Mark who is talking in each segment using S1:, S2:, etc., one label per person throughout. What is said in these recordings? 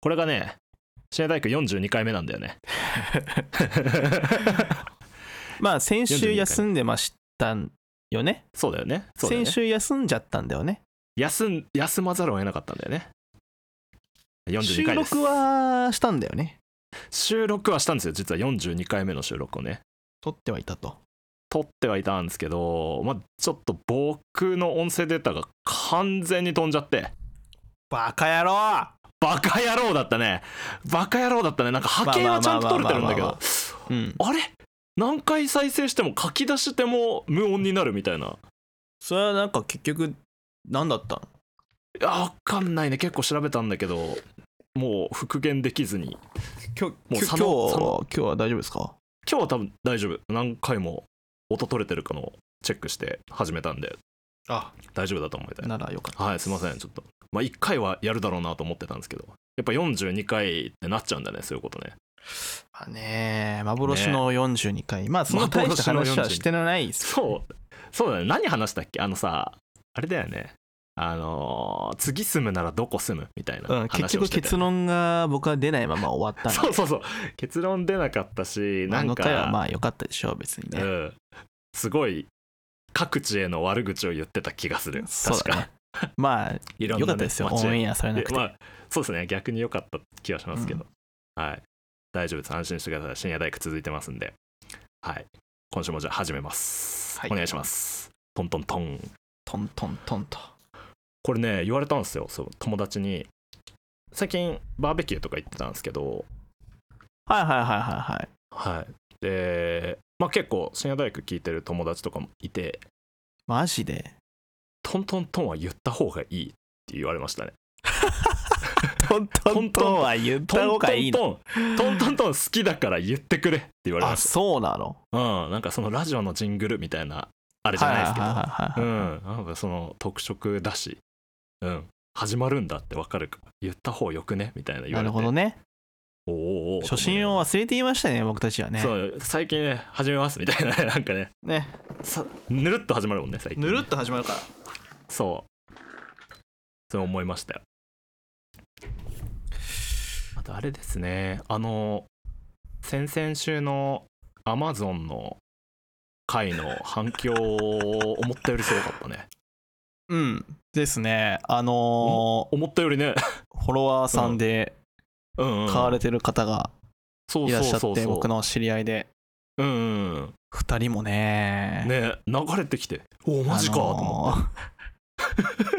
S1: これがね深夜大工42回目なんだよ ね
S2: まあ先週休んでましたよね
S1: そうだよねそうだよね
S2: 先週休んじゃったんだよね
S1: 休ん休まざるを得なかったんだよね
S2: 収
S1: 42回です
S2: 録はしたんだよね
S1: 収録はしたんですよ実は42回目の収録をね
S2: 撮ってはいたと
S1: 撮ってはいたんですけど、まあ、ちょっと僕の音声データが完全に飛んじゃって
S2: バカ野郎
S1: バカ野郎だったねバカ野郎だったねなんか波形はちゃんと取れてるんだけ
S2: まあまあまあまあ
S1: ど
S2: うん
S1: あれ何回再生しても書き出しても無音になるみたいな
S2: それはなんか結局何だったの
S1: いやわかんないね結構調べたんだけどもう復元できずにも
S2: 今日
S1: う
S2: 今
S1: 佐
S2: 日
S1: 野佐
S2: 今日は大丈夫ですか
S1: 今日は多分大丈夫何回も音取れてるかのをチェックして始めたんで
S2: あ
S1: 大丈夫だと思いたい
S2: ならよかった
S1: はいすいませんちょっとまあ1回はやるだろうなと思ってたんですけどやっぱ42回ってなっちゃうんだねそういうことね
S2: まあね幻の42回、まあそんな大した
S1: 幻の
S2: 話は
S1: 42
S2: してないです
S1: そうそうだね何話したっけあのさあれだよねあのー次住むならどこ住むみたいな話
S2: う
S1: を
S2: ん、
S1: してた
S2: 結
S1: よね
S2: 局結論が僕は出ないまま終わったんで
S1: そうそうそう結論出なかったしな
S2: あ
S1: ん
S2: の
S1: か
S2: 回はまあ良かったでしょう別に
S1: う
S2: ね、
S1: ん、すごい各地への悪口を言ってた気がする
S2: そう
S1: 確
S2: だ
S1: か
S2: ねまあ
S1: いろん
S2: 良
S1: なね
S2: かったですよオ
S1: 街へ
S2: ンエアされなくて、
S1: まあ、そうですね逆に良かった気がしますけど、はい大丈夫です安心してください深夜大工続いてますんではい今週もじゃあ始めます、
S2: はい
S1: お願いしますトントントン
S2: トントントンと
S1: これね言われたんですよそう友達に最近バーベキューとか行ってたんですけど
S2: はいはいはいはいはい
S1: はいでまあ結構深夜大工聞いてる友達とかもいて
S2: マジで
S1: トントントンは言った方がいいって言われましたね
S2: トントントンは言っ
S1: ト
S2: た方
S1: ント
S2: がいい
S1: ン
S2: の
S1: トントントントン好きだから言ってくれって言われま
S2: あ
S1: し
S2: そうなの
S1: たうんなんかそのラジオのジングルみたいなあれじゃないですけど
S2: はいはいは
S1: う
S2: いはいはい
S1: んなんかその特色だしうん始まるんだってわかるから言った方よくねみたいな言わ
S2: な
S1: れて
S2: るほどね
S1: おーおーおー
S2: 初心を忘れていましたね僕たちはね
S1: そう最近ね始めますみたいなねなんかね
S2: ね
S1: さぬるっと始まるもんね最近ね
S2: と始まるから
S1: そうそう思いましたよあとあれですねあの先々週のアマゾンの回の反響を思ったよりすごかった ね
S2: うんですねあの
S1: 思ったよりね
S2: ーフォロワーさんで
S1: うん、うん、
S2: 買われてる方が
S1: そう
S2: いらっしゃっ
S1: そうそう
S2: て
S1: そう
S2: 僕の知り合いで
S1: うんうん
S2: 2人もね
S1: うんね流れてきておおマジかと思って、
S2: あのー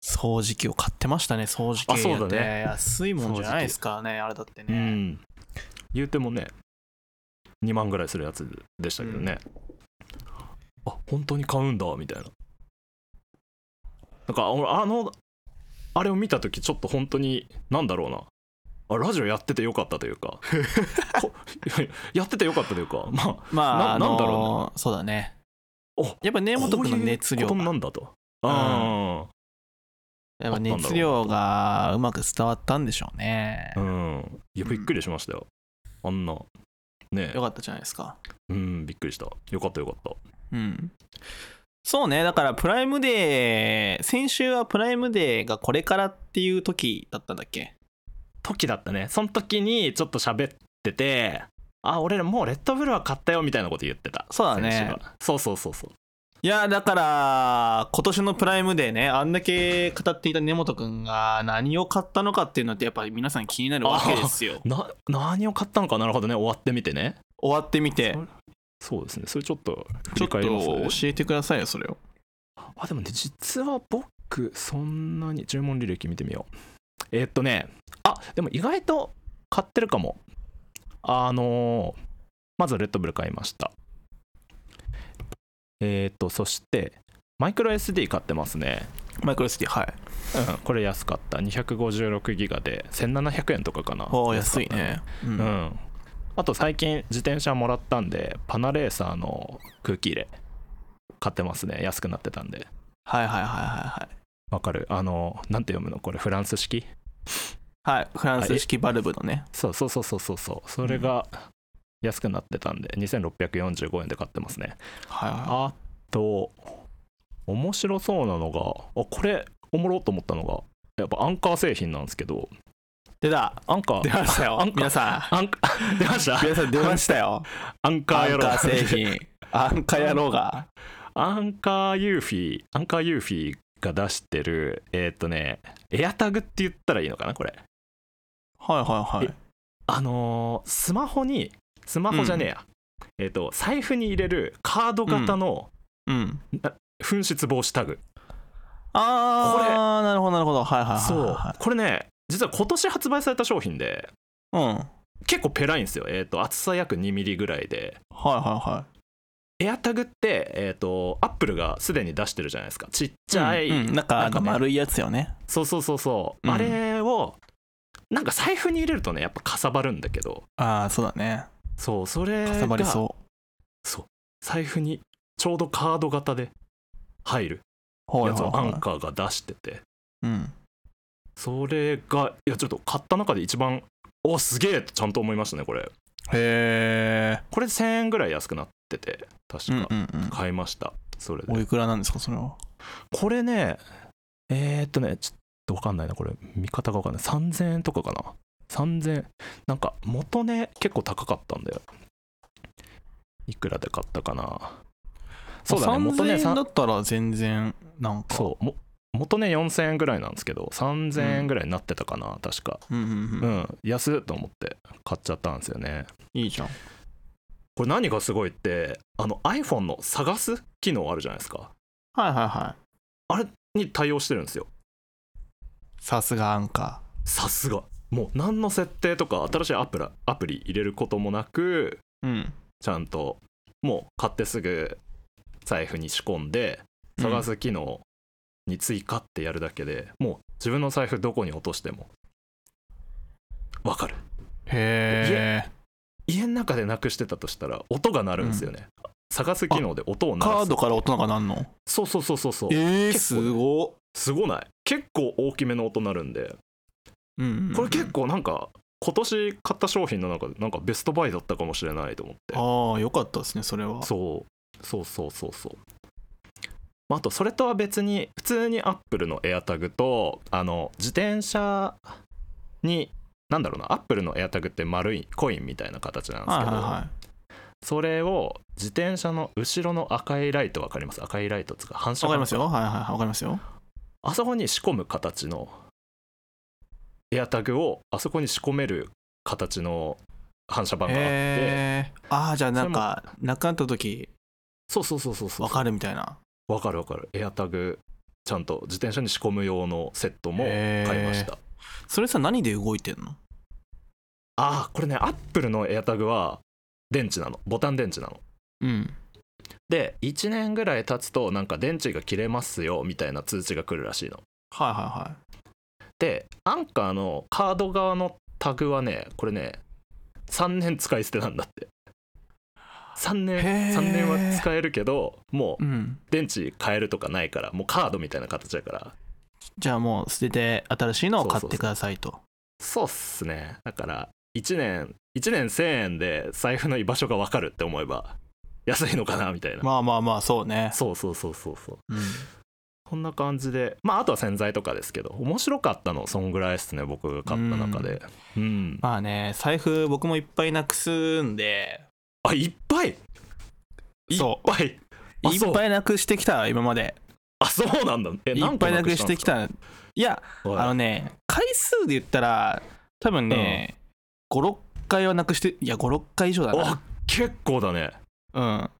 S2: 掃除機を買ってましたね掃除機
S1: あそうだね
S2: って安いもんじゃないですからねあれだって
S1: う
S2: ね、
S1: ん言うてもね2万ぐらいするやつでしたけどね、あ本当に買うんだみたいななんか俺あのあれを見た時ちょっと本当になんだろうなあラジオやっててよかったという かこやっててよかったというかまあ
S2: ま
S1: な
S2: ああのー
S1: なんだろ
S2: そうだね
S1: お
S2: やっぱ根本
S1: こう
S2: 君
S1: い
S2: の
S1: う
S2: 熱量
S1: こ
S2: が
S1: となんだとあ
S2: やっぱ熱量がうまく伝わったんでしょうね
S1: あ、うんいやびっくりしましたよ、あんなね
S2: よかったじゃないですか
S1: うんびっくりしたよかったよかった
S2: うんそうねだからプライムデー先週はプライムデーがこれからっていう時だったんだっけ
S1: 時だったねその時にちょっと喋っててあ俺らもうレッドブルは買ったよみたいなこと言ってた
S2: そうだね
S1: 選手がそうそうそうそう
S2: いやだから今年のプライムデーねあんだけ語っていた根本くんが何を買ったのかっていうのってやっぱり皆さん気になるわけですよ
S1: な何を買ったのかなるほどね終わってみてね
S2: 終わってみて
S1: そうですねそれちょっと振
S2: ちょ
S1: り
S2: っと
S1: 返りますね
S2: 教えてくださいよそれを
S1: あでもね実は僕そんなに注文履歴見てみようえーっとねあでも意外と買ってるかもあのーまずはレッドブル買いましたえーっとそしてマイクロ SD 買ってますね
S2: マイクロ SD はい
S1: うん、これ安かった256ギガで1700円とかかな
S2: おー安い
S1: かった
S2: ねう
S1: うん、あと最近自転車もらったんでパナレーサーの空気入れ買ってますね安くなってたんで
S2: はいはいはいはい
S1: わかるあのなんて読むのこれフランス式
S2: はいはいフランス式バルブのね
S1: そうそうそうそうそうそうそれが安くなってたんで2645円で買ってますね
S2: はいはい
S1: あと面白そうなのがあこれおもろと思ったのがやっぱアンカー製品なんですけど
S2: 出た
S1: アンカ
S2: 出
S1: ー
S2: ましたよ
S1: あんか
S2: 皆さ
S1: アンカー 出ました
S2: ん皆さん出ましたよ
S1: アンカ
S2: ア
S1: ー野
S2: ン
S1: 郎
S2: カー製品アンカー野郎が
S1: アンカーユーフィーアンカーユーフィーが出してるえーっとねエアタグって言ったらいいのかなこれ
S2: はいはいはい
S1: あのースマホにスマホじゃねえや、えーっと財布に入れるカード型の
S2: うん
S1: 紛失防止タグ、
S2: ああなるほどなるほどはいはいはい
S1: そうこれね実は今年発売された商品で
S2: そううんはい
S1: 結構ペラいんですよえーっと厚さ約2ミリぐらいで
S2: はいはい
S1: エアタグってえーっとアップルがすでに出してるじゃないですかちっちゃい、
S2: うんうんなんかなんか
S1: ね
S2: 丸いやつよね
S1: そうそうそうそう、
S2: うん
S1: あれをなんか財布に入れるとねやっぱかさばるんだけど
S2: ああそうだね
S1: そうそれが
S2: かさばりそう
S1: 財布にちょうどカード型で入る
S2: ほい
S1: やつ
S2: ほい
S1: をア
S2: ほい
S1: ンカーが出してて
S2: うん
S1: それがいやちょっと買った中で一番おすげえとちゃんと思いましたねこれ
S2: へえ
S1: これ1000円ぐらい安くなってて
S2: うんう
S1: 確
S2: ん
S1: か
S2: うん
S1: 買いましたそれで
S2: おいくらなんですかそれは
S1: これねえー、っとねちょっと分かんないなこれ見方が分かんない3000円とかかな3000円なんか元ね結構高かったんだよいくらで買ったかなそうだね元ね
S2: 3000
S1: さ
S2: 円
S1: ん
S2: だったら全然なんか
S1: そうも元ね4000円ぐらいなんですけど3000円ぐらいになってたかな、確か
S2: うんうん
S1: う
S2: うん
S1: ん安っと思って買っちゃったんですよね
S2: いいじゃん
S1: これ何がすごいってあの iPhone の探す機能あるじゃないですか
S2: はいはいは
S1: あれに対応してるんですよ
S2: いさすがアンカ
S1: さすがもう何の設定とか新しいアプリアプリ入れることもなく
S2: ーうん
S1: ちゃんともう買ってすぐ財布に仕込んで探す機能に追加ってやるだけで、もう自分の財布どこに落としてもわかる
S2: へえ
S1: 家の中でなくしてたとしたら音が鳴るんですよね、探す機能で音を鳴らす
S2: カードから音なんかなんの
S1: そうそうそうそうそう
S2: えー、
S1: 結構
S2: すご
S1: すごない結構大きめの音鳴るんで
S2: っうん
S1: これ結構なんか今年買った商品の中でなんかベストバイだったかもしれないと思って
S2: ああよかったですねそれは
S1: そうそうそうそうそうまああとそれとは別に普通にアップルの AirTag とあの自転車に何だろうなアップルの AirTag って丸いコインみたいな形なんです
S2: は
S1: け
S2: いは
S1: ど、
S2: いは
S1: それを自転車の後ろの赤いライト分かります赤いライトつか反
S2: い
S1: 射板
S2: わかりますよはいはいはいわかりますよ
S1: あそこに仕込む形のエアタグをあそこに仕込める形の反射板があって
S2: へえああじゃあなんかなくなった時
S1: そうそうそうそうそう
S2: わかるみたいな
S1: わかるわかるエアタグちゃんと自転車に仕込む用のセットも
S2: へー
S1: 買いました
S2: それさ何で動いてんの
S1: ああこれねアップルのエアタグは電池なのボタン電池なの
S2: うん
S1: で1年ぐらい経つとなんか電池が切れますよみたいな通知が来るらしいの
S2: はいはいは
S1: でアンカーのカード側のタグはねこれね3年使い捨てなんだって3
S2: へ
S1: 年
S2: ー
S1: 三年は使えるけども
S2: いう
S1: うん電池変えるとかないからもうカードみたいな形だから
S2: じゃあもう捨てて新しいのを買っ
S1: そうそうそ
S2: て
S1: う
S2: くださいと
S1: そうっすねだから1年1年1000円で財布の居場所が分かるって思えば安いのかなみたいな、
S2: まあまあまあそうね
S1: そうそうそうそうそう
S2: うん
S1: こんな感じでまああとは洗剤とかですけど面白かったのそんぐらいっすね僕が買った中でうん
S2: まあね財布僕もいっぱいなくすんで
S1: あいっぱいいっ
S2: そう
S1: ぱいあ
S2: い
S1: そう
S2: っぱいなくしてきた今まで
S1: あそうなんだえ
S2: いっぱいなくしてきたいやあの
S1: ね
S2: ね回数で言ったら多分ね、56回はなくしていや56回以上だ
S1: あ
S2: な
S1: 結構だね
S2: うん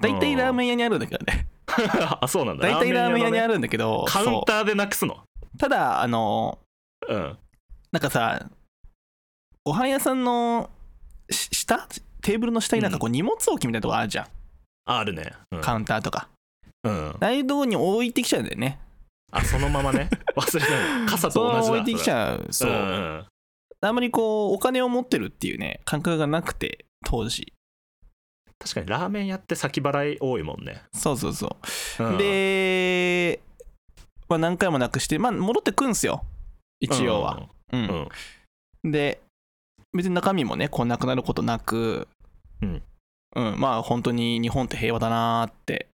S2: 大体ラーメン屋にあるんだけどね
S1: あそうなんだ
S2: 大体ラーメン屋にあ
S1: る
S2: るんだけど、
S1: カウン
S2: そ
S1: ターでなくすの
S2: うただあの
S1: うん
S2: なんかさご飯屋さんのし下テーブルの下になんかこう荷物置きみたいなとこあるじゃん、
S1: あるねうん
S2: カウンターとか
S1: うん
S2: ああいうとこに置いてきちゃうんだよね
S1: あそのままね 忘れてない傘と
S2: その
S1: 同
S2: ま
S1: じ
S2: ま
S1: だ
S2: 置いてきちゃう
S1: そ
S2: そう、
S1: れうんうん
S2: あんまりこうお金を持ってるっていうね感覚がなくて当時
S1: 確かにラーメン屋って先払い多いもんね、
S2: そうそうそう
S1: うん、
S2: で、まあ、何回もなくして、まあ、戻ってくんすよ一応は、うん
S1: うん、うん
S2: で別に中身もねこうなくなることなく、
S1: うん
S2: うんまあ本当に日本って平和だなーって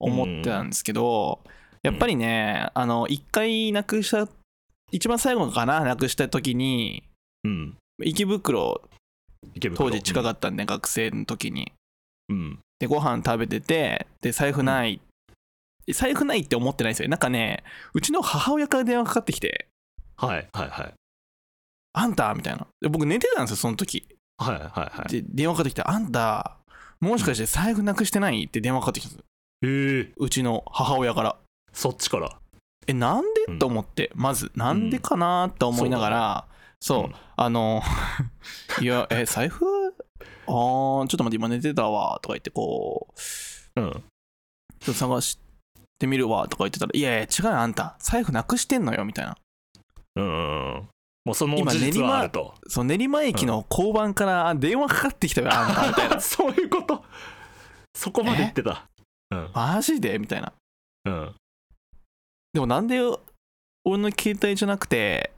S2: 思ってたんですけど、やっぱりねあの一回なくした一番最後かななくした時に
S1: うん
S2: 池袋
S1: 池袋
S2: 当時近かったんで学生の時に
S1: うん
S2: でご飯食べててで財布ない、財布ないって思ってないですよなんかねうちの母親から電話かかってきて
S1: はいはいはい
S2: 「あんた」みたいなで僕寝てたんですよその時
S1: はいはいはい
S2: で電話かかってきて「あんたもしかして財布なくしてない?」って電話かかってきたんです
S1: えー、
S2: うちの母親から
S1: そっちから
S2: えなんで、
S1: うん
S2: と思ってまずなんでかなと思いながら、そう
S1: うん
S2: あの いやえ財布あーちょっと待って今寝てたわとか言ってこう
S1: うん
S2: ちょっと探してみるわとか言ってたら「いやいや違うよあんた財布なくしてんのよ」みたいな
S1: うんうんうんもうその
S2: 今
S1: 事実
S2: 練馬
S1: はあると
S2: そう練馬駅の交番から電話かかってきたよあんたみたいな
S1: そういうことそこまで言ってたうん
S2: マジでみたいな
S1: うん
S2: でもなんで俺の携帯じゃなくて、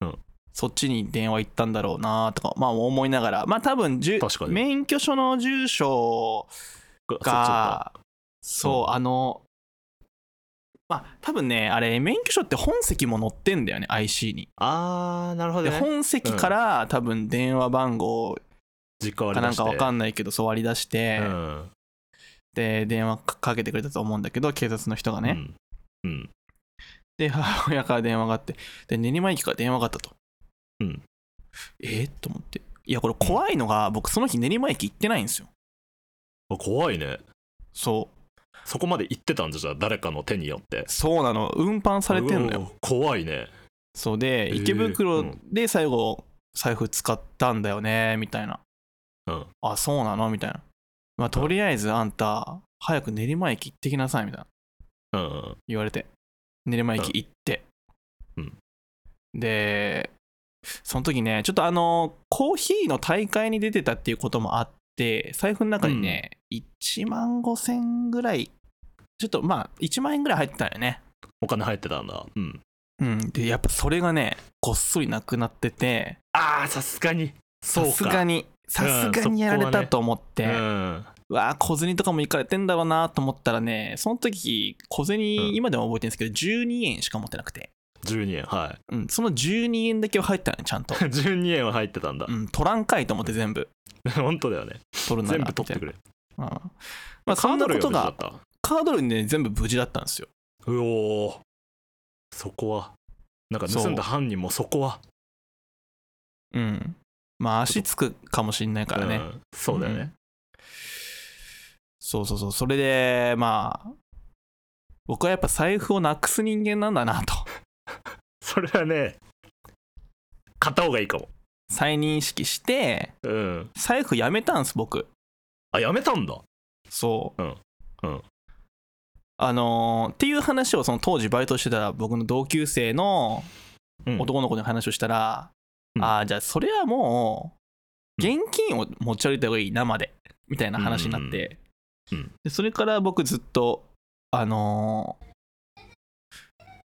S1: うん
S2: そっちに電話行ったんだろうなとかまあ思いながらまあ多分住
S1: 確かに
S2: 免許証の住所
S1: そっちだ
S2: がそう、
S1: うん
S2: あのまあ多分ねあれ免許証って本籍も載ってんだよね IC に
S1: あーなるほど
S2: で
S1: ね
S2: 本籍から、多分電話番号
S1: 実家割
S2: か
S1: り出
S2: なん
S1: して
S2: か分かんないけどそう割り出して、
S1: うん
S2: で電話かけてくれたと思うんだけど警察の人がね、
S1: うんうん
S2: で母親から電話があってで練馬駅から電話があったと、
S1: うん
S2: えー、と思っていやこれ怖いのが僕その日練馬駅行ってないんですよ
S1: あ怖いね
S2: そう
S1: そこまで行ってたんじゃじゃあ誰かの手によって
S2: そうなの運搬されてんの
S1: う
S2: よ
S1: わ怖いね
S2: そうで
S1: えー
S2: 池
S1: う
S2: 袋
S1: ん
S2: で最後財布使ったんだよねみたいな
S1: うん
S2: あそうなのみたいなまあとりあえずあんた早く練馬駅行ってきなさいみたいな
S1: うん
S2: 言われて練馬駅行って、
S1: うん
S2: でその時ねちょっとあのコーヒーの大会に出てたっていうこともあって財布の中にね、1万5千ぐらいちょっとまあ1万円ぐらい入ってたんよね
S1: お金入ってたんだうん
S2: うんでやっぱそれがねこっそりなくなってて
S1: あーさすがにそう
S2: さ
S1: か
S2: すがにさすがにやられたと思って、
S1: うん
S2: うわあ小銭とかもいかれてんだろうなと思ったらねその時小銭、
S1: うん
S2: 今でも覚えてるんですけど12円しか持ってなくて
S1: 12円は
S2: うん、その12円だけは入ったのよ ちゃんと
S1: い。12円は入ってたんだ
S2: うん、取らんかいと思って全部
S1: 本当だよね
S2: 取るなら
S1: 全部取ってくれ
S2: みたいなうんまあ、そんなこ
S1: カード類は無事
S2: とが
S1: だった
S2: カード類ね全部無事だったんですよ
S1: うおーそこはなんか盗んだ犯人もそこは
S2: うんまあ足つくかもしんないからね、
S1: うんそうだよね
S2: んそうそうそうそれでまあ僕はやっぱ財布をなくす人間なんだなと
S1: それはね買った方がいいかも
S2: 再認識して
S1: うん
S2: 財布やめたんです僕
S1: あやめたんだ
S2: そう
S1: うんうん
S2: あのーっていう話をその当時バイトしてた僕の同級生の
S1: うん
S2: 男の子に話をしたら、
S1: うん
S2: ああじゃあそれはもう現金を持ち歩いた方がいい生でみたいな話になって、
S1: うんうんうん
S2: でそれから僕ずっとあのー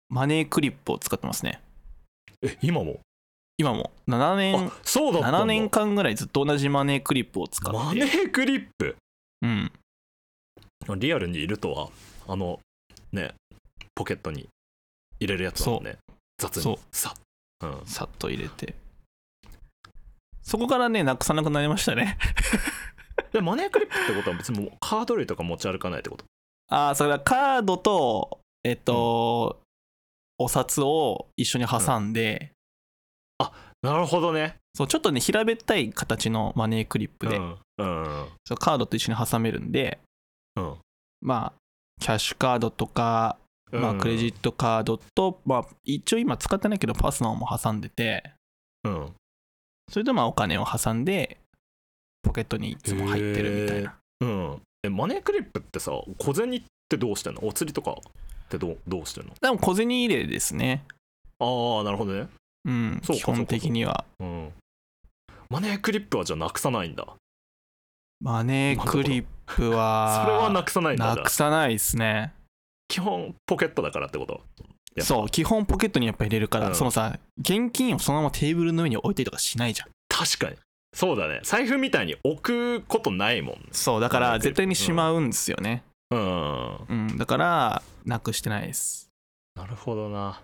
S2: マネークリップを使ってますね
S1: え今も
S2: 今も7年
S1: あそうだったんだ
S2: 7年間ぐらいずっと同じマネークリップを使
S1: マ
S2: っ
S1: ネ
S2: て、
S1: ークリップ
S2: うん、
S1: リアルにいるとはあのねポケットに入れるやつだもんね雑
S2: そう
S1: にさうん
S2: さっと入れてそこからねなくさなくなりましたね
S1: でマネークリップってことは別にもうカード類とか持ち歩かないってこと
S2: ああそれはカードとえっと、お札を一緒に挟んで、
S1: なるほどね
S2: そうちょっとね平べったい形のマネークリップで、
S1: うんうん
S2: そうカードと一緒に挟めるんで
S1: うん
S2: まあキャッシュカードとか、まあ、クレジットカードと、まあ、一応今使ってないけどパスナーも挟んでて
S1: トうん
S2: それでまあお金を挟んでポケットにいつも入ってるみたいな
S1: うんえマネークリップってさ小銭ってどうしてんのお釣りとかってどうどうしてんの
S2: でも小銭入れですね
S1: ああなるほどね
S2: うん
S1: そうか
S2: 基本的には
S1: うんマネークリップはじゃあなくさないんだ
S2: マネークリップは
S1: それはなくさないんだ
S2: な
S1: じゃあ
S2: くさないですね
S1: 基本ポケットだからってことやっぱ
S2: そう基本ポケットにやっぱ入れるから、
S1: うん
S2: そのさ現金をそのままテーブルの上に置いたりとかしないじゃん
S1: 確かにそうだね財布みたいに置くことないもん
S2: そうだから絶対にしまうんですよね、
S1: うん
S2: うん、だからなくしてないです
S1: なるほどな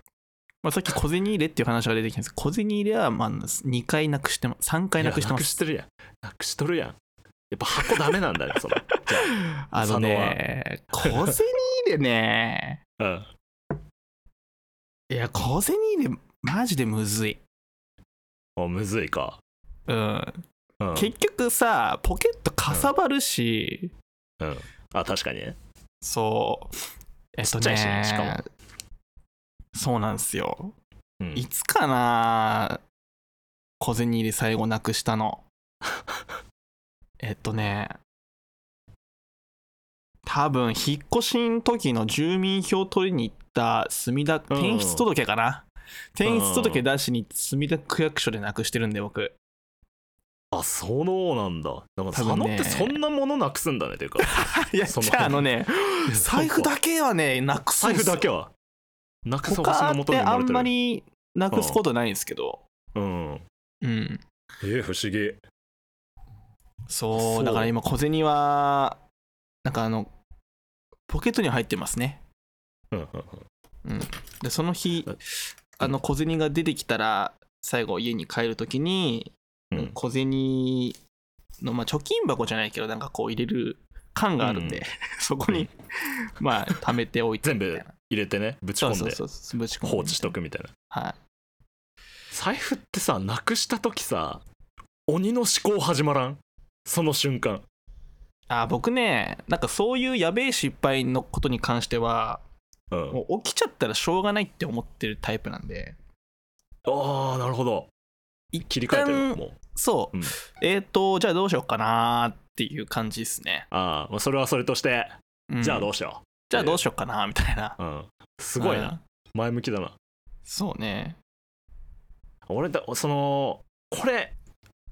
S2: まあ、さっき小銭入れっていう話が出てきたんですけど小銭入れはまあ2回なくしてます3回なくし
S1: い
S2: て
S1: やな
S2: ま
S1: く
S2: す
S1: してるやんなくしとるやんやっぱ箱ダメなんだねそれ じ
S2: あのね小銭入れね
S1: ゃあ、
S2: いや小銭入れマジでむずい、
S1: うん、おむずいか、
S2: うん、
S1: うん、
S2: 結局さポケットかさばるし、
S1: あ確かにね
S2: そうえっ
S1: ち
S2: と
S1: っちゃ
S2: ね
S1: いしねしかも
S2: そうなんですよ、
S1: うん
S2: いつかな小銭入れ最後なくしたの えっとね多分引っ越しの時の住民票取りに行った墨田
S1: うん
S2: 転出届かな、転出届出しに墨田区役所でなくしてるんで僕
S1: あそうなんだだから佐
S2: 多分
S1: 野
S2: ね
S1: ってそんなものなくすんだねという か
S2: いや
S1: その
S2: じゃああのね財布
S1: け
S2: だけはねなくすん
S1: 財布
S2: ですよ
S1: だけはなくそう
S2: 他ってあんま
S1: れて
S2: りなくすことないんですけど、
S1: るうん
S2: うん、
S1: えー、不思議
S2: そ
S1: そうう
S2: だから今小銭はなんかあのポケットには入ってますね
S1: うんうんうん
S2: でその日
S1: うん
S2: あの小銭が出てきたら最後家に帰るときに
S1: うん
S2: 小銭の、まあ、貯金箱じゃないけどなんかこう入れる缶があるんで、
S1: う
S2: そこに、まあ貯めておいて
S1: 全
S2: みたい
S1: 部
S2: な
S1: 入れてねぶち
S2: そう
S1: 込ん
S2: そう
S1: で
S2: そうそうぶち込んで
S1: 放置しとくみたいな
S2: はい
S1: 財布ってさなくした時さ鬼の思考始まらんその瞬間
S2: あ僕ねなんかそういうやべえ失敗のことに関しては
S1: うん
S2: もう起きちゃったらしょうがないって思ってるタイプなんで
S1: ああなるほど
S2: 一
S1: 切り替えてる
S2: 旦
S1: もう
S2: そう、
S1: うん
S2: えっ、とじゃあどうしようかなーっていう感じですね、
S1: ああまあそれはそれとして
S2: うん
S1: じゃあどうしよ
S2: じゃあどうしようかなーみたいな
S1: う、うんすごいうなん前向きだな
S2: そうね
S1: 俺だそのこれ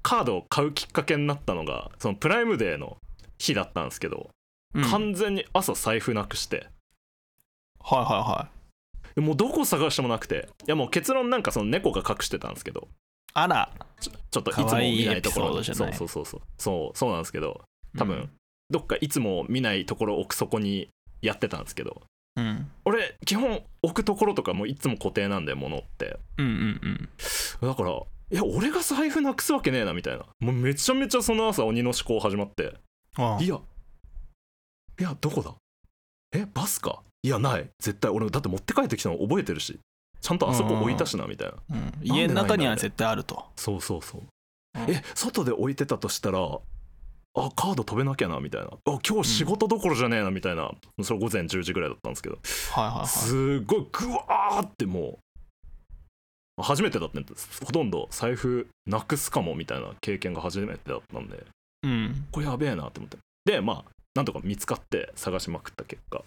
S1: カードを買うきっかけになったのがそのプライムデーの日だったんですけど、
S2: うんはい
S1: 完全に朝財布なくして
S2: はいはい
S1: でもうどこ探してもなくていやもう結論なんかその猫が隠してたんですけど
S2: あら
S1: ちょちょっといつ
S2: か
S1: も
S2: わいい
S1: 見ないところ
S2: エ
S1: に
S2: ピソードじ
S1: そ
S2: ゃな
S1: う
S2: い
S1: そうそうそうそうそうなんですけど多分、
S2: うん
S1: どっかいつも見ないところを置くそこにやってたんですけど
S2: うん、
S1: 俺基本置くところとかもいつも固定なんで物って
S2: うんうんうん
S1: だからいや俺が財布なくすわけねえなみたいなもうめちゃめちゃその朝鬼の思考始まって
S2: あ
S1: いやいやどこだえバスかいやない絶対俺だって持って帰ってきたの覚えてるしちゃんとあそこ置いたしなみたいな
S2: うん家の中には絶対あると
S1: そうそうそう
S2: うん
S1: え外で置いてたとしたらあカード飛べなきゃなみたいなあ今日仕事どころじゃねえなみたいな、それ午前10時ぐらいだったんですけど
S2: はいはいはい
S1: すごいグワーってもう初めてだったんですほとんど財布なくすかもみたいな経験が初めてだったんで
S2: うん
S1: これやべえなって思ってでまあなんとか見つかって探しまくった結果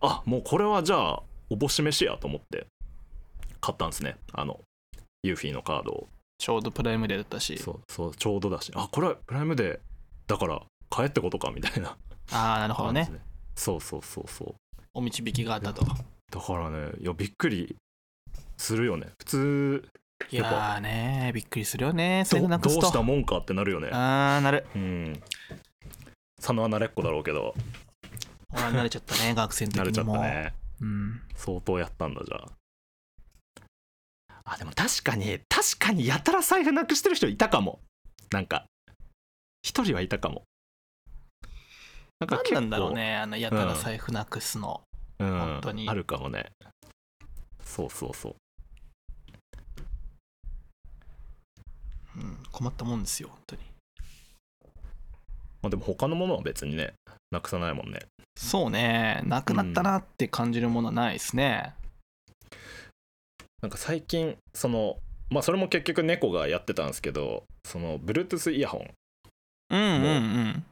S1: あもうこれはじゃあおぼし飯やと思って買ったんですねあのユーフィーのカードを
S2: ちょうどプライムデーだったし
S1: そうそうちょうどだしあこれはプライムデーだから買えってことかみたいな
S2: ああなるほどね
S1: 感じでそうそうそうそう
S2: お導きがあったと
S1: だからねいやびっくりするよね普通
S2: いやーねびっくりするよねそ
S1: ど
S2: れなく
S1: ど
S2: す
S1: う
S2: と
S1: したもんかってなるよね
S2: ああなる
S1: うん佐野は慣れっこだろうけど
S2: 俺は慣れちゃったね学生の時に
S1: 慣
S2: も
S1: れちゃったね
S2: うん
S1: 相当やったんだじゃああでも確かに確かにやたら財布なくしてる人いたかもなんか一人はいたかもなん
S2: 何
S1: 結構
S2: なんだろうねあのやたら財布なくすの、
S1: うん、
S2: 本当に
S1: あるかもねそうそうそう
S2: うん困ったもんですよ本当に
S1: まあでも他のものは別にねなくさないもんね
S2: そうねなくなったなって感じるものはないですね
S1: なんか最近そのまあそれも結局猫がやってたんですけどその Bluetooth イヤホン
S2: うんうんうん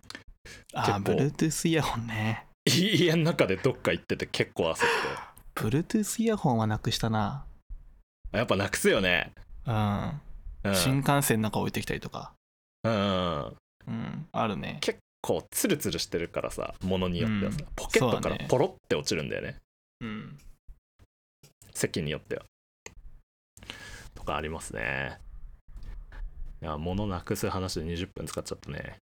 S2: ああ
S1: 結構
S2: Bluetooth イヤホンね
S1: 家の中でどっか行ってて結構焦って
S2: Bluetooth イヤホンはなくしたな
S1: あやっぱなくすよね
S2: うん、
S1: うん
S2: 新幹線なんか置いてきたりとか
S1: うんうんうん
S2: うんあるね
S1: 結構ツルツルしてるからさものによってはさ、
S2: うん
S1: ポケットか
S2: そうだ
S1: ら
S2: ね
S1: ポロって落ちるんだよね
S2: うん
S1: 席によってはとかありますねいや物なくす話で20分使っちゃったね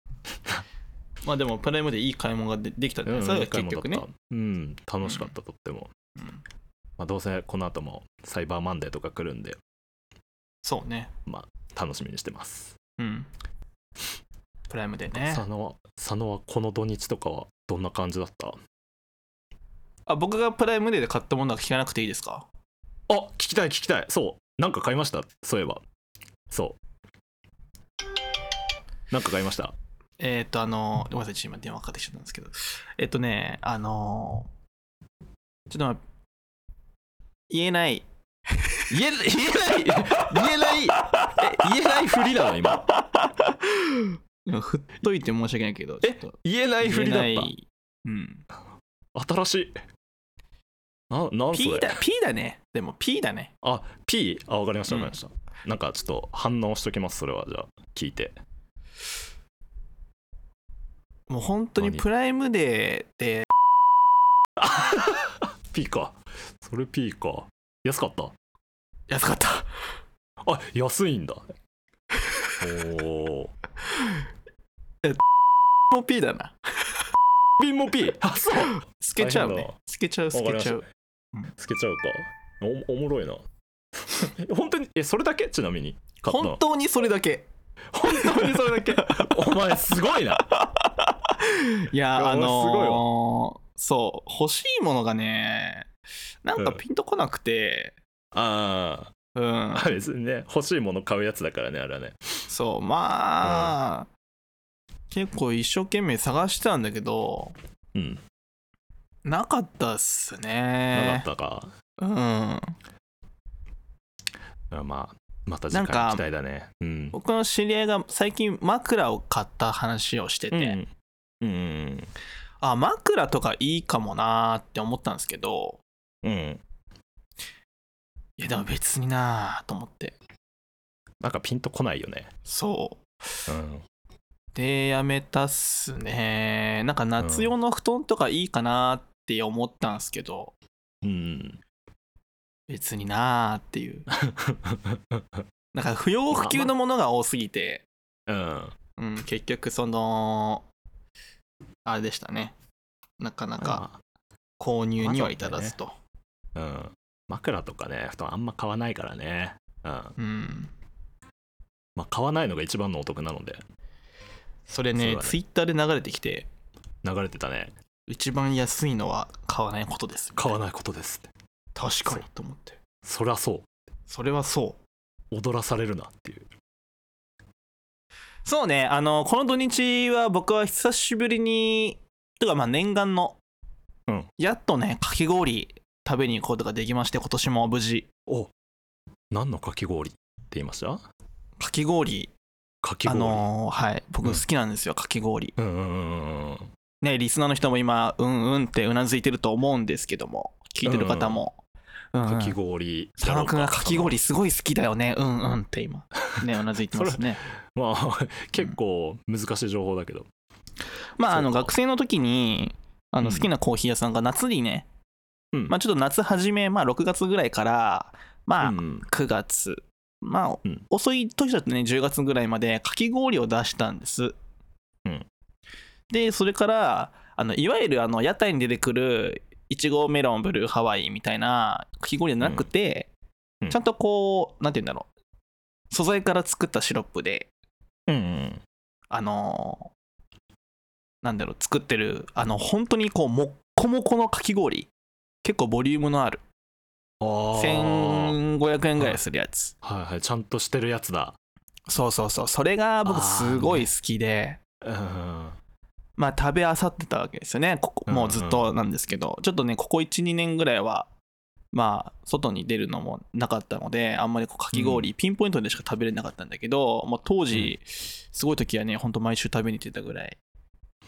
S2: まあでもプライムでいい買い物がでできたんで、それが結局ね
S1: うん楽しかったとっても、
S2: うん
S1: まあ、どうせこの後もサイバーマンデーとか来るんで
S2: そうね
S1: 楽しみにしてます、
S2: うんプライムでね
S1: 佐野は佐野はこの土日とかはどんな感じだった
S2: あ僕がプライムデーで買ったものは聞かなくていいですか
S1: あ聞きたい聞きたいそうなんか買いましたそういえばそうなんか買いました
S2: えっ、とあのごめんなさいちょっと今電話かかってきちゃったんですけどえっ、とねあのちょっとまあ言えない
S1: 言え言えない言えないえ言えないふりなの今
S2: 今振っといて申し訳ないけど
S1: え
S2: ちょっと
S1: 言えないふりだっ
S2: 言えないうん
S1: た新しいななんそ
S2: P
S1: れ
S2: だ P だねでも P だね
S1: あ P あわかりました
S2: う
S1: わ
S2: ん
S1: かりました、なんかちょっと反応しときますそれはじゃあ聞いて
S2: もう本当に
S1: 何
S2: プライムデーで
S1: P かそれ P か安かった
S2: 安かった
S1: あ安いんだおー
S2: もう P だな
S1: ピンも P あそう
S2: 透けちゃう
S1: 大変
S2: ね
S1: だ
S2: 透けちゃう透
S1: わかり
S2: け
S1: ま
S2: ち
S1: し
S2: ゃ
S1: た
S2: う
S1: つけちゃうかおおもろいな 本当にえそれだけちなみに買ったの
S2: 本当にそれだけ
S1: 本当にそれだけお前すごいない
S2: や
S1: いや
S2: あ
S1: 俺すごい
S2: のーそう欲しいものがねなんかピンとこなくて
S1: あ
S2: うん、
S1: あ別にね欲しいもの買うやつだからねあれはね
S2: そうまあ、結構一生懸命探してたんだけど
S1: うん
S2: なかったっす
S1: な
S2: ね
S1: かったか、
S2: うん
S1: まあまた次回
S2: なんか
S1: 期待だねうん
S2: 僕の知り合いが最近枕を買った話をしてて、
S1: うんうん
S2: あ枕とかいいかもなーって思ったんですけど
S1: うん
S2: いやでも別になーと思って
S1: なんかピンとこないよね
S2: そう
S1: うん
S2: でやめたっすねなんか夏用の布団とかいいかなって思ったんすけど、
S1: うん
S2: 別になーっていうなんか不要不急のものが多すぎて、
S1: うん
S2: うん、結局そのあれでしたねなかなか購入には至らずと、
S1: うん枕とかね布団あんま買わないからねうん
S2: うん
S1: まあ買わないのが一番のお得なので
S2: それ
S1: そう
S2: ね
S1: だね
S2: ツイッターで流れてきて
S1: 流れてたね
S2: 一番安いのは買わないことです
S1: 買わ
S2: い
S1: ないことですって
S2: 確かにと思って
S1: そりゃそ
S2: それはそう
S1: う踊らされるなっていう
S2: そうね、あの、この土日は僕は久しぶりに、とかまあ念願の、
S1: うん
S2: やっとね、かき氷食べに行くことができまして、今年も無事、
S1: お何のかき氷って言いました
S2: かき氷、
S1: かき
S2: あ
S1: 氷、
S2: のーはい、僕
S1: うん
S2: 好きなんですよ、かき氷。
S1: うんうんうんうん
S2: ね、リスナーの人も今、うんうんってうなずいてると思うんですけども、聞いてる方も。うんうん
S1: かき氷
S2: 佐野くんがかき氷すごい好きだよね、うんうんって今、ね、うなずいてま すね。
S1: まあ結構難しい情報だけど
S2: まあ、あの、
S1: そうか
S2: 学生の時に、あの
S1: うん
S2: 好きなコーヒー屋さんが夏にね、
S1: うん
S2: まあ、ちょっと夏初め、まあ、6月ぐらいから、まあ
S1: う、ん
S2: 9月、まあ、
S1: うん
S2: 遅い年だとね、10月ぐらいまでかき氷を出したんです。
S1: うん
S2: で、それから、あのいわゆるあの屋台に出てくる、いちごメロン、ブルーハワイみたいなかき氷じゃなくて、
S1: うんうん
S2: ちゃんとこう、なんて言うんだろう、素材から作ったシロップで、
S1: うんうん
S2: あのーなんだろう、作ってる、あの、本当にこう、もっこもこのかき氷、結構ボリュームのある、
S1: あー
S2: 1500円ぐらいするやつ。
S1: はいはいちゃんとしてるやつだ
S2: そうそうそうそれが僕すごい好きで、
S1: うん
S2: まあ食べあさってたわけですよねここ
S1: うんうん
S2: もうずっとなんですけど、ちょっとねここ12年ぐらいはまあ外に出るのもなかったのであんまりこうかき氷、ピンポイントでしか食べれなかったんだけど、もう当時すごい時はねほんと毎週食べに行ってたぐらい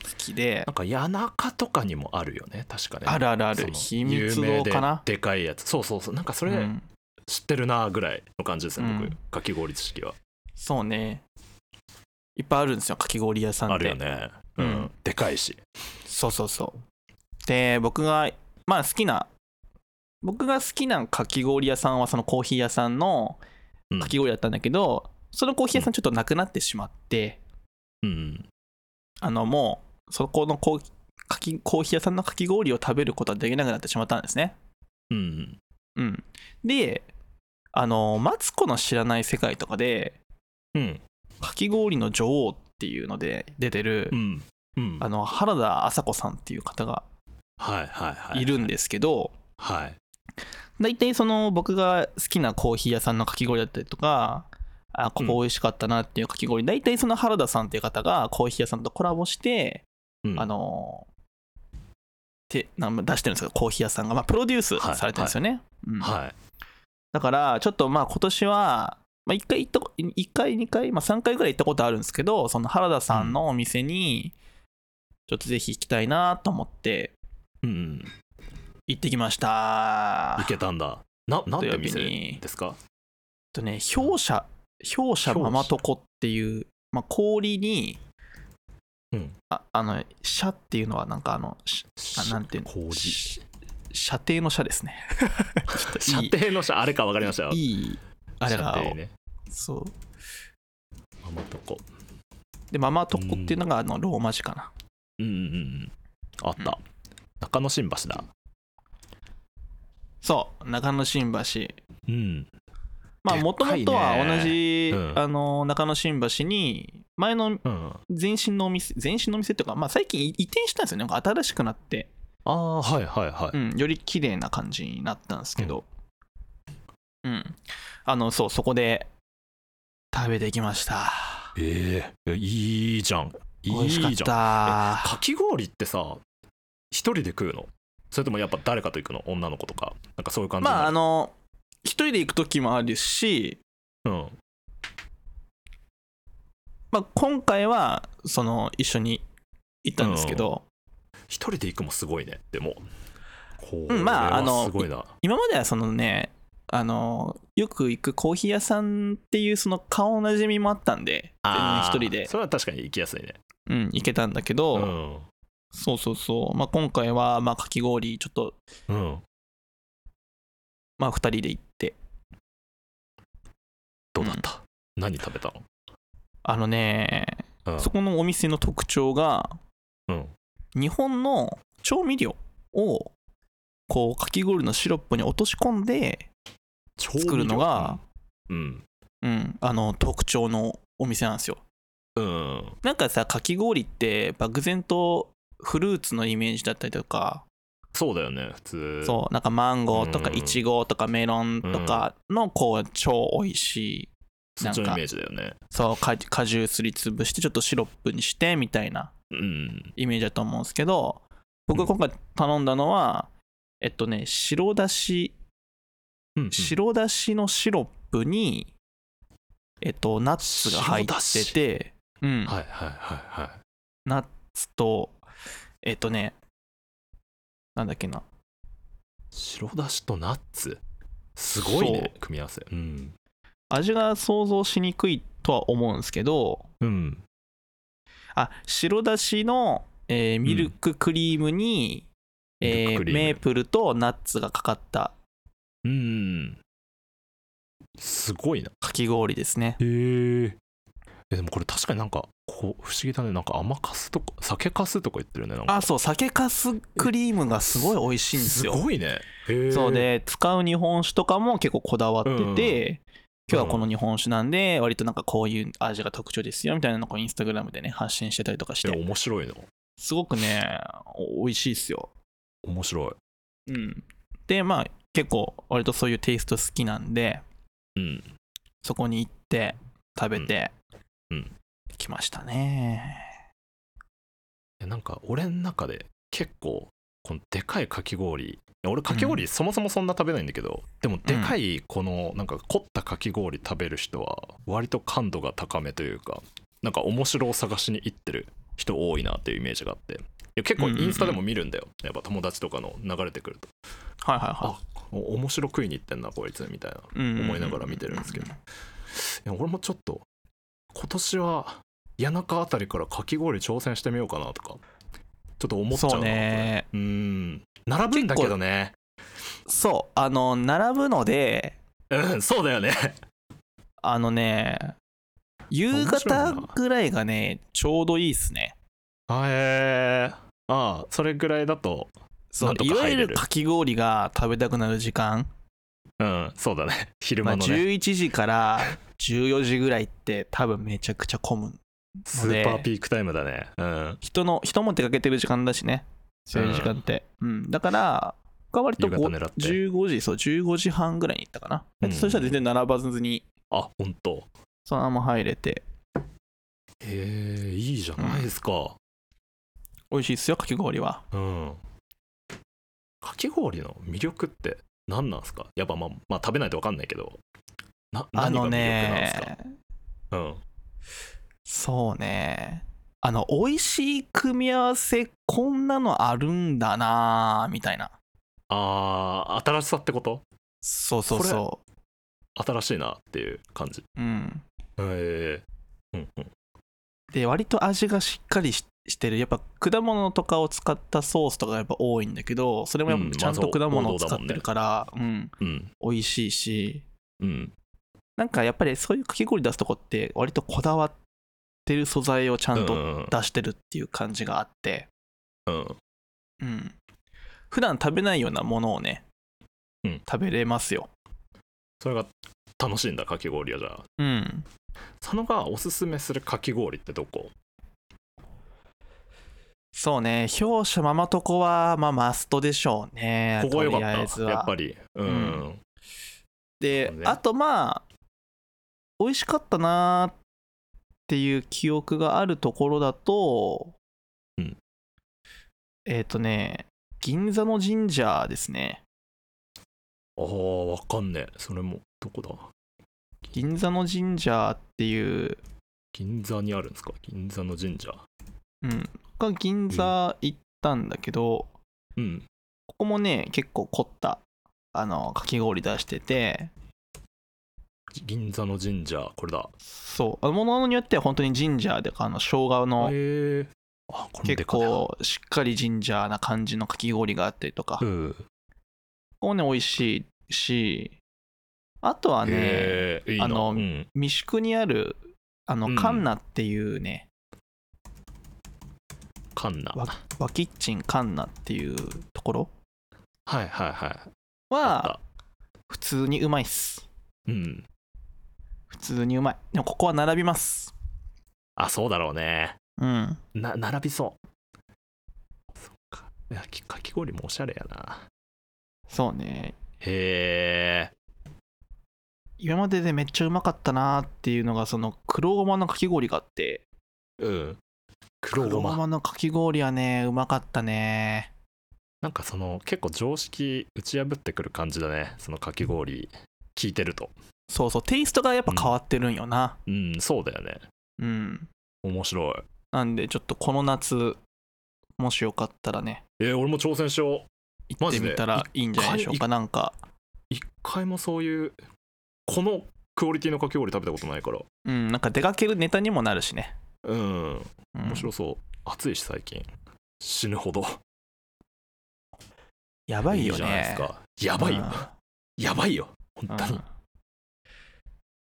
S2: 好きで
S1: なんか谷中とかにもあるよね確かね
S2: あるあるあ
S1: そ
S2: る
S1: の
S2: 秘密
S1: 有名
S2: 堂
S1: で
S2: かな
S1: でかいやつそうそうそうなんかそれ
S2: うん
S1: 知ってるなぐらいの感じですね、
S2: うん
S1: 僕かき氷知識は
S2: そうねいっぱいあるんですよかき氷屋さんって
S1: あるよねうん、
S2: うん
S1: でかいし
S2: そうそうそうで僕がまあ好きな僕が好きなかき氷屋さんはそのコーヒー屋さんの
S1: うん
S2: かき氷だったんだけど、そのコーヒー屋さんちょっとなくなってしまって、
S1: うん
S2: あのもうそこのコーかきコーヒー屋さんのかき氷を食べることはできなくなってしまったんですね
S1: うん
S2: うん、であの「マツコの知らない世界」とかで
S1: うん
S2: かき氷の女王っていうので出てる、
S1: うんうん
S2: あの原田麻子さんっていう方が
S1: はいはいはい
S2: いるんですけど、
S1: はい
S2: 大体その僕が好きなコーヒー屋さんのかき氷だったりとかあここ美味しかったなっていうかき氷、大体その原田さんっていう方がコーヒー屋さんとコラボして
S1: うん
S2: あのてなん出してるんですけどコーヒー屋さんが、まあ、プロデュースされてるんですよね、うん
S1: はい
S2: だからちょっとまあ今年は、まあ、1回行ったこ1回2回、まあ、3回ぐらい行ったことあるんですけどその原田さんのお店にちょっとぜひ行きたいなと思って
S1: うん
S2: 行ってきました
S1: 行けたんだななんて
S2: 土曜日に
S1: 店ですか
S2: えっとね氷車氷車ママトコっていう、まあ、氷に、
S1: うん
S2: ああの車っていうのはなんかあのしあなんていうの
S1: 氷
S2: し射程の車ですね
S1: 射程の射あれか分かりましたよ
S2: いいあれが
S1: 射、程ね
S2: そう
S1: ママとこ
S2: でママトコっていうのがあのローマ字かな、
S1: うんうんうんあった、
S2: うん
S1: 中野新橋だ
S2: そう中野新橋
S1: うん
S2: まあ
S1: でっかいね
S2: もともとは同じ、
S1: うん
S2: あの中野新橋に前の
S1: うん
S2: 前身のお店前身のお店っていうか、まあ、最近移移転したんですよねなんか新しくなって
S1: ああはいはいは
S2: う
S1: い、
S2: ん、より綺麗な感じになったんですけど、うん、あの、そう、そこで食べてきました。
S1: ええいいじゃんい
S2: 美味
S1: い
S2: しかっ
S1: じゃん
S2: た。
S1: かき氷ってさ一人で食うのそれともやっぱ誰かと行くの女の子とかなんかそういう感じ
S2: まあ、
S1: の、
S2: あの、一人で行く時もあるし、
S1: うん、
S2: まあ、今回は、その、一緒に行ったんですけど、
S1: 一人で行くもすごいねでもこ
S2: うんまあ
S1: れは
S2: あの
S1: すごいな
S2: 今まではそのね、あの、よく行くコーヒー屋さんっていう、その顔なじみもあったんで、全然
S1: あー
S2: 一人で、
S1: それは確かに行きやすいね
S2: うん、行けたんだけど、
S1: うん
S2: そうそうそう、まあ、今回は、まあ、かき氷、ちょっと、
S1: うん
S2: まあ、二人で行って、
S1: どうだった、何食べた
S2: あのね、
S1: の、うん、
S2: そこのお店の特徴が、
S1: うん
S2: 日本の調味料を、こう、かき氷のシロップに落とし込んで、作るのが、
S1: うん
S2: うん、あの、特徴のお店なんですよ。
S1: うん、
S2: なんかさ、かき氷って、漠然とフルーツのイメージだったりとか、
S1: そうだよね普通
S2: そう、なんかマンゴーとか
S1: うん
S2: イチゴとかメロンとかの、こう、超美味しい、
S1: そっちの
S2: な
S1: イ
S2: んか
S1: メージだよね
S2: そう、果果汁すりつぶして、ちょっとシロップにして、みたいな。
S1: うん
S2: イメージだと思うんですけど僕が今回頼んだのは、えっとね白だし
S1: うん
S2: 白だしのシロップに、えっとナッツが入ってて、うん
S1: はいはいはいはい
S2: ナッツとえっとねなんだっけな
S1: 白だしとナッツすごいね
S2: そ
S1: 組み合わせうん
S2: 味が想像しにくいとは思うんですけど
S1: うん
S2: あ白だしの、えーミルククリームに、
S1: うん
S2: えー
S1: ミルククリーム
S2: メープルとナッツがかかった
S1: うんすごいな
S2: かき氷ですね
S1: へえでもこれ確かになんかこう不思議だねなんか甘かすとか酒かすとか言ってるねなんか
S2: あそう酒かすクリームがすごい美味しいんですよ
S1: ごいねへえ
S2: そうで使う日本酒とかも結構こだわってて、今日はこの日本酒なんで割となんかこういう味が特徴ですよみたいなのをインスタグラムでね発信してたりとかし
S1: いや
S2: て
S1: 面白いの
S2: すごくねお美味しいですよ
S1: 面白
S2: うんでまあ結構割とそういうテイスト好きなんで
S1: いうん
S2: そこに行って食べて、
S1: うんうん
S2: きましたね
S1: えなんか俺の中で結構このでかいかき氷いや俺かき氷そもそもそんな食べないんだけど、でもでかいこのなんか凝ったかき氷食べる人は割と感度が高めというかなんか面白を探しに行ってる人多いなっていうイメージがあっていや結構インスタでも見るんだよ、やっぱ友達とかの流れてくると
S2: はいはい
S1: あ
S2: は、
S1: お面白食いに行ってんなこいつみたいない
S2: うんうんうん
S1: 思いながら見てるんですけどや俺もちょっと今年は谷中あたりからかき氷挑戦してみようかなとかちょっと思っちゃうな
S2: そうね
S1: これうん並ぶんだけどね
S2: そうあの並ぶので
S1: うんそうだよね
S2: あのね、夕方ぐらいがね、ちょうどいいっすね。
S1: あえーああそれぐらいだと
S2: そう
S1: なんと
S2: い
S1: か
S2: わ
S1: 入れる
S2: ゆるかき氷が食べたくなる時間。
S1: うんそうだね 昼
S2: まあ、
S1: 間のね、
S2: 11時から14時ぐらいって多分めちゃくちゃ混む
S1: スーパーピークタイムだねうん
S2: 人の人も手かけてる時間だしねそういう時間って、うんだから僕は割とこう
S1: 夕方狙って
S2: 15時そう15時半ぐらいに行ったかな、
S1: うん
S2: そしたら全然並ばずに
S1: あ本当
S2: そのまま入れて
S1: へえいいじゃないですか
S2: 美味しいっすよかき氷は
S1: うん、かき氷の魅力って何なんですかやっぱまあ、まあ、食べないと分かんないけどな
S2: あ
S1: 何が
S2: の
S1: 魅力なんですか、
S2: ね
S1: うん
S2: そうねあの美味しい組み合わせこんなのあるんだなぁみたいな
S1: あー新しさってこと
S2: そうそうそ
S1: 新しいなっていう感じ
S2: ううん
S1: へえうんうん
S2: で割と味がしっかりししてるやっぱ果物とかを使ったソースとかがやっぱ多いんだけどそれもやっ
S1: うん
S2: ぱちゃ
S1: ま
S2: んと
S1: あそう
S2: 果物
S1: 王
S2: を
S1: 道
S2: 使
S1: だ
S2: っ
S1: もんね
S2: てるから、うん
S1: うん
S2: 美味しいし
S1: うん
S2: なんかやっぱりそういうかき氷出すとこって割とこだわってる素材をちゃん
S1: う
S2: と
S1: ん
S2: 出してるっていう感じがあって、
S1: うん
S2: うん、普段食べないようなものをね、
S1: うん
S2: 食べれますよ、
S1: それが楽しいんだかき氷はじゃあ
S2: うん、
S1: 佐野がおすすめするかき氷ってどこ
S2: そうね表者ママとこはまあマストでしょうね
S1: ここ良かっ
S2: とりあ
S1: た
S2: えずは
S1: やっぱりうん、
S2: うんで、
S1: そうね
S2: あとまあ美味しかったなーっていう記憶があるところだと、
S1: うん
S2: えっ、とね銀座の神社ですね
S1: あーわかんねえそれもどこだ
S2: 銀座の神社っていう、
S1: 銀座にあるんですか銀座の神社
S2: うん、が銀座行ったんだけど、
S1: うん
S2: ここもね結構凝ったあのかき氷出してて
S1: 銀座の神社これだ
S2: そうあのものによっては本当に神社であの生姜の
S1: へえあこれも
S2: 結
S1: でかいな
S2: 構しっかりジンジャーな感じのかき氷があったりとか、
S1: う
S2: こ
S1: ん
S2: こもね美味しいしあとはね
S1: へえいいな
S2: あの
S1: うん
S2: 三宿にあるあ
S1: う
S2: の
S1: ん
S2: カンナっていうね、
S1: カンナ
S2: わ
S1: は
S2: 和キッチンカンナっていうところ
S1: いはいはい
S2: は
S1: あ
S2: 普通にうまいっす
S1: うん
S2: 普通にうまいでもここは並びます
S1: あそうだろうね
S2: うん
S1: な並びそうそっかいやきかき氷もおしゃれやな
S2: そうね
S1: へえ
S2: 今まででめっちゃうまかったなーっていうのがその黒ごまのかき氷があって
S1: うん黒ごま
S2: のかき氷はねうまかったね
S1: なんかその結構常識打ち破ってくる感じだねそのかき氷聞いてると
S2: そうそうテイストがやっぱ変わってるんよな
S1: うんそうだよね
S2: うん、
S1: 面白い
S2: なんでちょっとこの夏もしよかったらね
S1: えー俺も挑戦しよう
S2: 行ってみたら
S1: マ
S2: いいんじゃないでしょうかなんか
S1: 一回もそういうこのクオリティのかき氷食べたことないから
S2: うんなんか出かけるネタにもなるしね、
S1: うん
S2: うん
S1: 面白そう、暑いし最近死ぬほど
S2: やばいよね
S1: じゃないですかやばいよやばいよ本
S2: うん
S1: 当に
S2: うん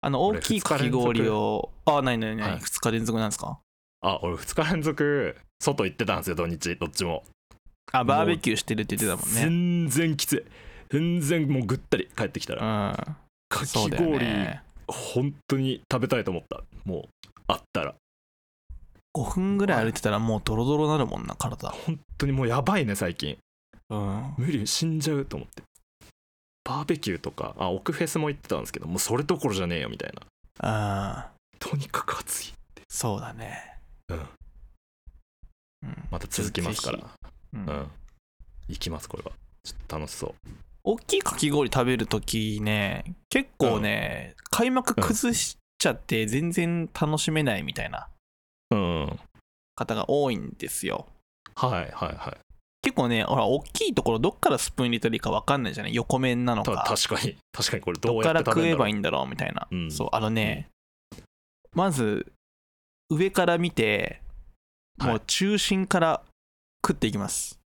S2: あの大きいかき氷をあないないない、
S1: はい
S2: 2日連続なんですか
S1: あ俺2日連続外行ってたんですよ土日どっちも
S2: あバーベキューしてるって言ってたもんね
S1: 全然きつい全然もうぐったり帰ってきたら、
S2: う
S1: か
S2: ん
S1: き
S2: そうだよ
S1: 氷、
S2: ね
S1: 本当に食べたいと思ったもうあったら
S2: 5分ぐらい歩いてたらもうドロドロなるもんな体
S1: 本当にもうやばいね最近
S2: うん
S1: 無理死んじゃうと思ってバーベキューとかあオクフェスも行ってたんですけどもうそれどころじゃねえよみたいな
S2: あ
S1: とにかく暑い
S2: そうだね
S1: うん
S2: うん
S1: また続きますから
S2: ぜうん
S1: うん行きますこれはちょっと楽しそう
S2: 大きいかき氷食べるときね結構ね、開幕崩しちゃって全然楽しめないみたいな
S1: うんはい
S2: 方が多いんですよ
S1: はいはい
S2: 結構ねほら大きいところどっからスプーン入れたらいいか分かんないじゃない横面なの
S1: た
S2: か
S1: 確かに確かにこれど
S2: ど
S1: うや
S2: っか
S1: っ
S2: ら
S1: て食
S2: 食
S1: べる
S2: え
S1: んだろ
S2: ばいいんだろうみたいな、
S1: うん
S2: そうあのね、まず上から見ても
S1: は
S2: う
S1: い
S2: 中心から食っていきます、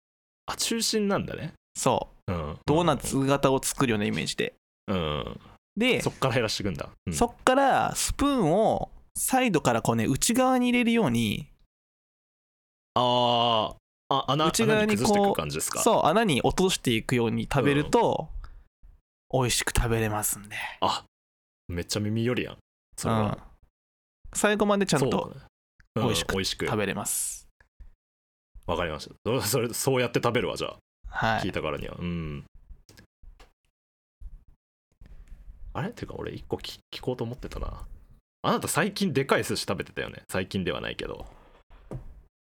S1: うあ中心なんだね
S2: そう
S1: うん
S2: ドーナツ型を作るようなイメージで
S1: うん
S2: で
S1: そっから減らしていくんだうん
S2: そっからスプーンをサイドからこうね内側に入れるように
S1: あーあ穴
S2: 内側に
S1: 穴に崩していく
S2: こう
S1: 感じですか
S2: そう穴に落としていくように食べると、美味しく食べれますんで、
S1: あめっちゃ耳寄りやんそうれは
S2: ん、最後までちゃん
S1: そ
S2: と
S1: うだねうん
S2: 美味しく
S1: 美味しく
S2: 食べれます、
S1: わかりましたそれそれそうやって食べるわじゃあ
S2: は
S1: 聞い
S2: い
S1: たからには、うんあれてか俺一個聞聞こうと思ってたなあなた最近でかい寿司食べてたよね最近ではないけど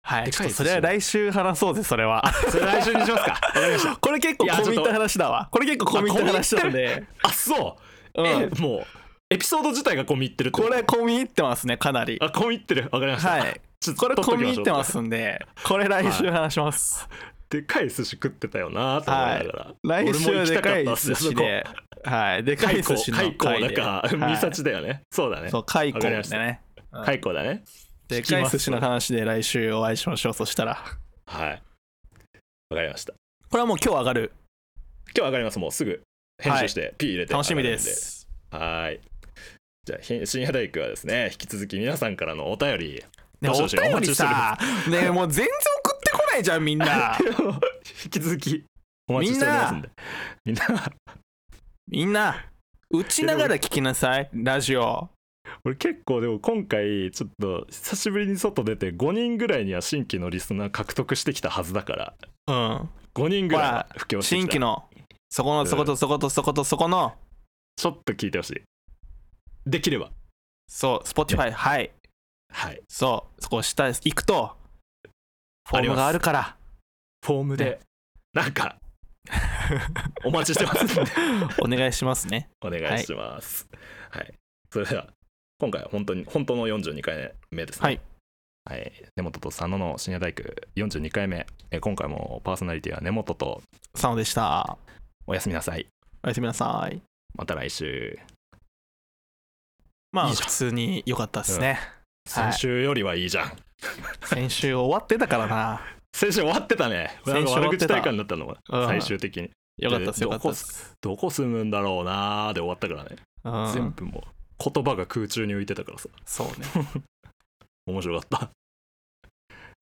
S2: はい
S1: で
S2: ち
S1: か
S2: ょ
S1: い
S2: っ
S1: っす
S2: とそれは来週話そうぜそれは
S1: それ来週にし ますかわかりました
S2: これ結構
S1: いや
S2: 込み入っ
S1: ちょったと
S2: 話だわこれ結構込み入った話なんで、
S1: あそうう、
S2: ん、
S1: えもうエピソード自体が込み入ってるって
S2: こ
S1: と
S2: れ込み入ってますねかなり
S1: あ込み入ってるわかりました、
S2: はい
S1: ちょっと
S2: これ
S1: 撮とき
S2: 込み
S1: しょ
S2: 入
S1: う
S2: ってますんでこれ来週話します、
S1: でかい寿司食ってたよなと思いながら、
S2: 来週はでかい寿司
S1: 俺も行き
S2: ではいでかい寿司の
S1: 太鼓
S2: 回
S1: だ
S2: で
S1: か、
S2: はい
S1: 三幸だよねそうだね
S2: そう開口
S1: わかりま
S2: で
S1: した
S2: ねうん
S1: 太鼓だね
S2: でかい寿司の話で来週お会いしましょうそしたら
S1: はいわかりました
S2: これはもう今日上がる
S1: 今日上がりますもうすぐ編集して P 入れて
S2: 楽しみ
S1: 上が
S2: で
S1: るん
S2: す
S1: はーいじゃあひ深夜大工はですね引き続き皆さんからのお便り
S2: ね
S1: ど
S2: お
S1: しどしお
S2: 便
S1: 待
S2: り
S1: ちしており
S2: さ
S1: ま
S2: ねもう全然送ってこないじゃんみんな
S1: 引き続きお待ちしておりますんでみんな
S2: みんな打ちながら聞きなさいラジオ
S1: 俺結構でも今回ちょっと久しぶりに外出て5人ぐらいには新規のリスナー獲得してきたはずだから
S2: うん
S1: 5人ぐらい
S2: ほら
S1: は布教してき
S2: 新
S1: た
S2: 規のそこのそことそことそことそこの
S1: ちょっと聞いてほしいできれば
S2: そう Spotify はい
S1: はい
S2: そうそこ下行くとフォ
S1: あ
S2: ー
S1: り
S2: ム
S1: ます
S2: があるから
S1: フォームで、
S2: ね
S1: なんかお待ちしてます んで
S2: お願いしますね
S1: お願いします。はい、それでは今回は本当に本当の42回目ですね。
S2: はい、
S1: はい、根本と佐野の深夜大工42回目。えー今回もパーソナリティは根本と
S2: 佐野でした
S1: おやすみなさい。
S2: おやすみなさい
S1: また来週。
S2: まあ
S1: いいじゃ
S2: 普
S1: ん
S2: 通に良かったですね、はい
S1: 先週よりはいいじゃん。
S2: 先週終わってたからな
S1: 先週終わってたね。
S2: 先週
S1: なんか
S2: 終わっ
S1: 悪
S2: て
S1: 口
S2: た
S1: 大会になったのは、
S2: うん
S1: 最終的に。
S2: よかったです
S1: で
S2: よかったです、
S1: どこ住むんだろうなーで終わったからね。
S2: うん
S1: 全部もう言葉が空中に浮いてたからさ。
S2: そうね
S1: 面白かった。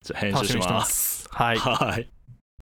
S1: じゃあ編
S2: 楽
S1: 集
S2: し
S1: し
S2: みにしてま
S1: ます。
S2: すはい
S1: はい。